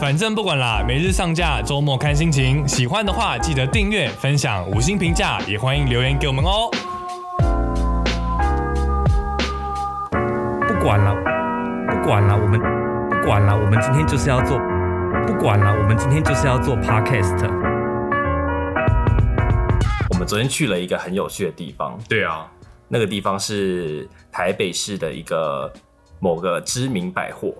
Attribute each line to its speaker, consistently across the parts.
Speaker 1: 反正不管啦，每日上架，周末看心情。喜欢的话记得订阅、分享、五星评价，也欢迎留言给我们哦。
Speaker 2: 不管了，不管了，我们不管了，我们今天就是要做，不管了，我们今天就是要做 podcast。
Speaker 3: 我们昨天去了一个很有趣的地方，
Speaker 4: 对啊，
Speaker 3: 那个地方是台北市的一个某个知名百货，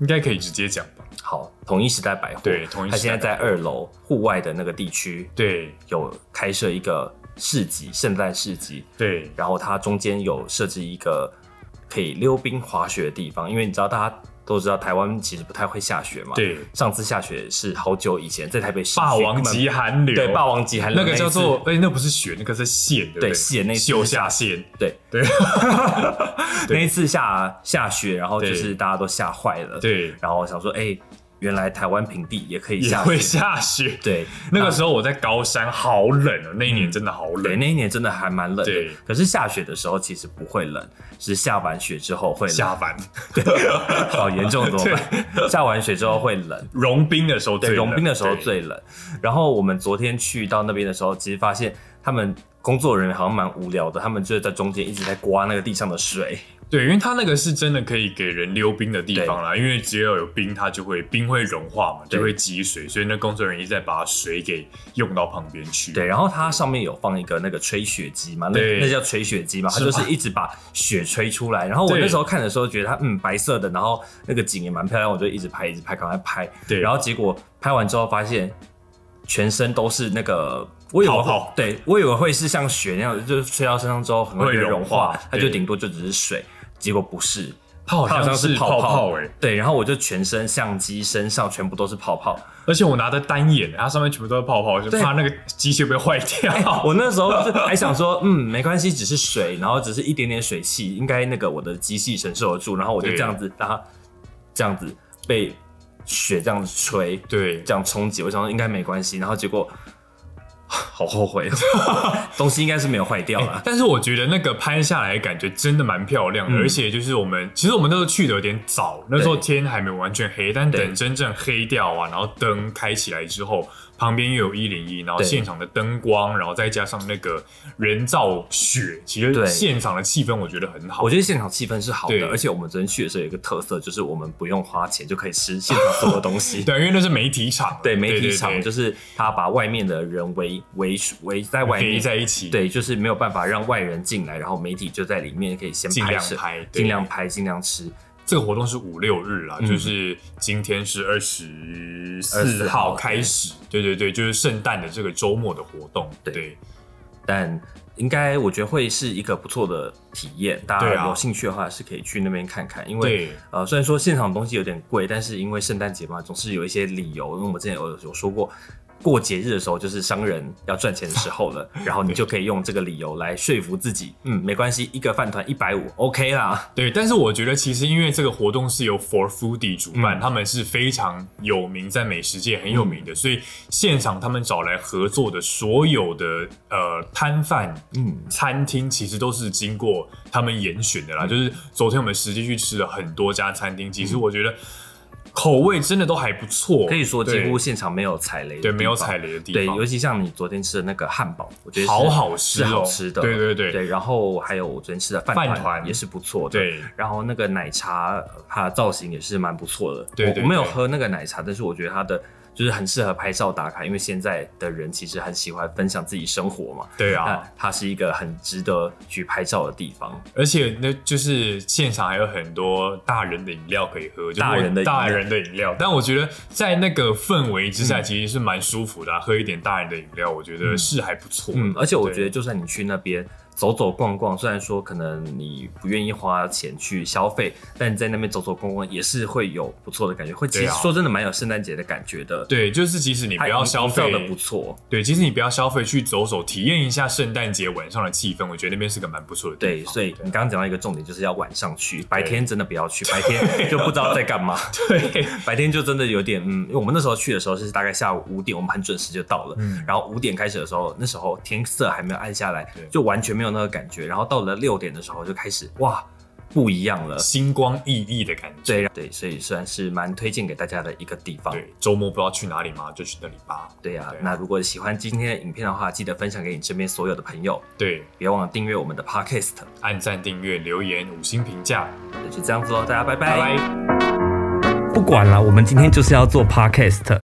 Speaker 4: 应该可以直接讲吧？
Speaker 3: 好，统一时代百货。
Speaker 4: 对统一
Speaker 3: 它
Speaker 4: 时
Speaker 3: 现
Speaker 4: 代
Speaker 3: 在在
Speaker 4: 百货
Speaker 3: 二楼户外的那个地区
Speaker 4: 对
Speaker 3: 有开设一个市集，圣诞市集。
Speaker 4: 对，
Speaker 3: 然后它中间有设置一个可以溜冰滑雪的地方，因为你知道大家都知道台湾其实不太会下雪嘛。
Speaker 4: 对
Speaker 3: 上次下雪是好久以前在台北市区
Speaker 4: 霸王
Speaker 3: 根本
Speaker 4: 级寒流，
Speaker 3: 对霸王级寒流
Speaker 4: 那个叫
Speaker 3: 一次
Speaker 4: 做，哎，那不是雪，那个是线，对不
Speaker 3: 对线那次
Speaker 4: 秀下线，
Speaker 3: 对
Speaker 4: 对
Speaker 3: 那一次下下雪，然后就是
Speaker 4: 对
Speaker 3: 大家都吓坏了。
Speaker 4: 对，
Speaker 3: 然后我想说，哎、原来台湾平地也可以
Speaker 4: 也
Speaker 3: 下
Speaker 4: 会
Speaker 3: 雪。
Speaker 4: 下雪。
Speaker 3: 对，
Speaker 4: 那个时候我在高山，好冷哦，那一年真的好
Speaker 3: 对，
Speaker 4: 冷。
Speaker 3: 那一年真的还蛮冷的。
Speaker 4: 对
Speaker 3: 可是下雪的时候其实不会冷，是下完雪之后会冷。
Speaker 4: 下凡
Speaker 3: 好严重，怎么 办？下完雪之后会冷，
Speaker 4: 融冰的时候最
Speaker 3: 对，
Speaker 4: 冷，
Speaker 3: 融冰的时候
Speaker 4: 对
Speaker 3: 最冷。然后我们昨天去到那边的时候，其实发现他们工作人员好像蛮无聊的，他们就是在中间一直在刮那个地上的水。
Speaker 4: 对，因为它那个是真的可以给人溜冰的地方啦，因为只要有冰，它就会冰会融化嘛，
Speaker 3: 对
Speaker 4: 就会积水，所以那工作人员一直在把水给用到旁边去。
Speaker 3: 对，然后它上面有放一个那个吹雪机嘛，那
Speaker 4: 对
Speaker 3: 那叫吹雪机嘛，它
Speaker 4: 是
Speaker 3: 就
Speaker 4: 吗
Speaker 3: 是一直把雪吹出来。然后我
Speaker 4: 对
Speaker 3: 那时候看的时候觉得它嗯白色的，然后那个景也蛮漂亮，我就一直拍一直拍，赶快拍。
Speaker 4: 对
Speaker 3: 然后结果拍完之后发现全身都是那个。我以为
Speaker 4: 泡泡
Speaker 3: 对我以为会是像雪那样，就是吹到身上之后很快
Speaker 4: 会
Speaker 3: 就
Speaker 4: 融
Speaker 3: 融化
Speaker 4: 化，
Speaker 3: 它就
Speaker 4: 对
Speaker 3: 顶多就只是水，结果不是，
Speaker 4: 它好
Speaker 3: 它好像
Speaker 4: 像
Speaker 3: 是
Speaker 4: 是
Speaker 3: 泡欸
Speaker 4: 泡
Speaker 3: 泡
Speaker 4: 哎、
Speaker 3: 对，然后我就全身、相机、身上全部都是泡泡，
Speaker 4: 而且我拿的单眼，欸它上面全部都是泡泡，就
Speaker 3: 对哎
Speaker 4: 怕那个机器会不会坏掉。
Speaker 3: 我那时候就还想说，嗯，没关系，只是水，然后只是一点点水汽，应该那个我的机器承受得住。然后我就
Speaker 4: 对
Speaker 3: 这样子，让它这样子被雪这样子吹，
Speaker 4: 对，
Speaker 3: 这样冲击，我想说应该没关系。然后结果好后悔，哦 东西应该是没有坏掉 啦。
Speaker 4: 但是我觉得那个拍下来感觉真的蛮漂亮的，
Speaker 3: 嗯
Speaker 4: 而且就是我们其实我们那时候去的有点早，那时候天还没有完全黑，但
Speaker 3: 对
Speaker 4: 等真正黑掉啊，然后灯开起来之后，旁边又有一零一，然后
Speaker 3: 对
Speaker 4: 现场的灯光，然后再加上那个人造雪，其
Speaker 3: 对
Speaker 4: 实现场的气氛我觉得很好
Speaker 3: 我。觉得现场气氛是好
Speaker 4: 对
Speaker 3: 的，而且我们昨天去的时候有一个特色，就是我们不用花钱就可以吃现场所有东 西。
Speaker 4: 对，因为那是媒体场，
Speaker 3: 对，媒体场
Speaker 4: 对
Speaker 3: 就是他把外面的人围围围在外
Speaker 4: 围
Speaker 3: 面，
Speaker 4: 在一起，
Speaker 3: 对，就是没有办法让外人进来，然后媒体就在里面可以先
Speaker 4: 尽
Speaker 3: 拍
Speaker 4: 量
Speaker 3: 摄，
Speaker 4: 拍对
Speaker 3: 尽量拍，尽量吃。
Speaker 4: 这个活动是五六日啦，
Speaker 3: 嗯
Speaker 4: 就是今天是二十四
Speaker 3: 号
Speaker 4: 号开始，对对对，就是圣诞的这个周末的活动，
Speaker 3: 对
Speaker 4: 对
Speaker 3: 但应该我觉得会是一个不错的体验，大
Speaker 4: 对
Speaker 3: 家
Speaker 4: 啊
Speaker 3: 有兴趣的话是可以去那边看看。因为
Speaker 4: 对
Speaker 3: 呃，虽然说现场东西有点贵，但是因为圣诞节嘛，总是有一些理由。因为我们之前有有说过，过节日的时候就是商人要赚钱的时 候了，然后你就可以用这个理由来说服自己，嗯，没关系，一个饭团一百五，OK 啦。
Speaker 4: 对。但是我觉得其实因为这个活动是由 For Foodie 主办，
Speaker 3: 嗯
Speaker 4: 他们是非常有名，在美食界很有名的，所以现场他们找来合作的所有的呃摊贩，
Speaker 3: 嗯
Speaker 4: 餐厅其实都是经过他们严选
Speaker 3: 嗯
Speaker 4: 的啦。就是昨天我们实际去吃了很多家餐厅，其实我觉得口味真的都还不错，
Speaker 3: 可以说几
Speaker 4: 对
Speaker 3: 乎现场没有踩雷的地
Speaker 4: 对，
Speaker 3: 方，
Speaker 4: 没有踩雷的地
Speaker 3: 对，
Speaker 4: 方。
Speaker 3: 尤其像你昨天吃的那个汉堡，我觉得是
Speaker 4: 好好吃
Speaker 3: 是
Speaker 4: 哦
Speaker 3: 好吃的，
Speaker 4: 对对对
Speaker 3: 对。然后还有我昨天吃的饭
Speaker 4: 饭团
Speaker 3: 也是不错的，。
Speaker 4: 对
Speaker 3: 然后那个奶茶，呃它的造型也是蛮不错的。
Speaker 4: 对对对
Speaker 3: 我我没有喝那个奶茶，但是我觉得它的就是很适合拍照打卡，因为现在的人其实很喜欢分享自己生活嘛。
Speaker 4: 对
Speaker 3: 那
Speaker 4: 啊，
Speaker 3: 它是一个很值得去拍照的地方。
Speaker 4: 而且那就是现场还有很多大人的饮料可以喝，就是我
Speaker 3: 大人的饮料
Speaker 4: 大人的饮料。但我觉得在那个氛围之
Speaker 3: 嗯
Speaker 4: 下，其实是蛮舒服的啊、喝一点大人的饮料，我觉得是还不错。
Speaker 3: 嗯，而且我
Speaker 4: 对
Speaker 3: 觉得，就算你去那边走走逛逛，虽然说可能你不愿意花钱去消费，但你在那边走走逛逛也是会有不错的感觉，会其实
Speaker 4: 对啊
Speaker 3: 说真的蛮有圣诞节的感觉的。
Speaker 4: 对，就是即使你
Speaker 3: 它
Speaker 4: 不要
Speaker 3: 营
Speaker 4: 消
Speaker 3: 造
Speaker 4: 费，
Speaker 3: 的不错，
Speaker 4: 对，即使你不要消费，去走走，体验一下圣诞节晚上的气氛，我觉得那边是个蛮不错的地
Speaker 3: 对，
Speaker 4: 方。
Speaker 3: 所以你刚刚讲到一个重点，就是要晚上去，白天真的不要去，白天就不知道在干嘛。
Speaker 4: 啊对，
Speaker 3: 白天就真的有点，嗯，因为我们那时候去的时候是大概下午五点，我们很准时就到了。
Speaker 4: 嗯
Speaker 3: 然后五点开始的时候，那时候天色还没有暗下来
Speaker 4: 对，
Speaker 3: 就完全没有那个感觉。然后到了六点的时候就开始，哇，不一样了。
Speaker 4: 星光熠熠的感觉。
Speaker 3: 对对，所以算是蛮推荐给大家的一个地方。
Speaker 4: 对，周末不知道去哪里嘛，就去那里吧。
Speaker 3: 对呀、
Speaker 4: 对啊
Speaker 3: 那如果喜欢今天的影片的话，记得分享给你身边所有的朋友，
Speaker 4: 对，
Speaker 3: 别忘了订阅我们的 Podcast。
Speaker 4: 按赞、订阅、留言、五星评价，
Speaker 3: 那就这样子喽，大家
Speaker 4: 拜拜。
Speaker 2: 不管了，我们今天就是要做 podcast。